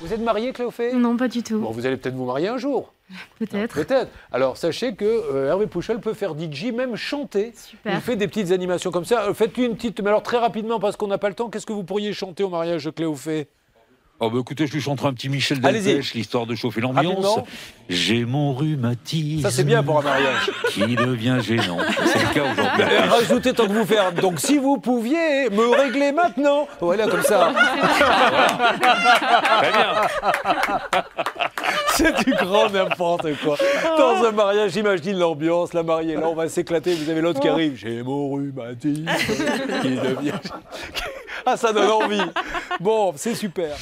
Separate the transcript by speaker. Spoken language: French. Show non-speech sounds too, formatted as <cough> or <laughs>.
Speaker 1: Vous êtes marié, Cléophée
Speaker 2: Non, pas du tout.
Speaker 1: Bon, vous allez peut-être vous marier un jour.
Speaker 2: Peut-être.
Speaker 1: Peut-être. Alors, sachez que euh, Hervé Pouchel peut faire DJ, même chanter.
Speaker 2: Super.
Speaker 1: Il fait des petites animations comme ça. Euh, Faites-lui une petite. Mais alors, très rapidement, parce qu'on n'a pas le temps, qu'est-ce que vous pourriez chanter au mariage de Cléophée
Speaker 3: Oh bah écoutez, je lui chanterai un petit Michel
Speaker 1: Allez-y.
Speaker 3: Delpech, l'histoire de chauffer l'ambiance.
Speaker 1: Rapidement.
Speaker 3: J'ai mon rhumatisme.
Speaker 1: Ça, c'est bien pour un mariage.
Speaker 3: Qui devient gênant. C'est le cas aujourd'hui.
Speaker 1: <laughs> Et Rajoutez tant que vous faire. Donc, si vous pouviez me régler maintenant. Oh, Voilà, comme ça.
Speaker 3: Très bien.
Speaker 1: C'est du grand n'importe quoi. Dans un mariage, j'imagine l'ambiance, la mariée, là, on va s'éclater, vous avez l'autre qui arrive. J'ai mon <laughs> rhumatisme qui devient... Ah, ça donne envie. Bon, c'est super.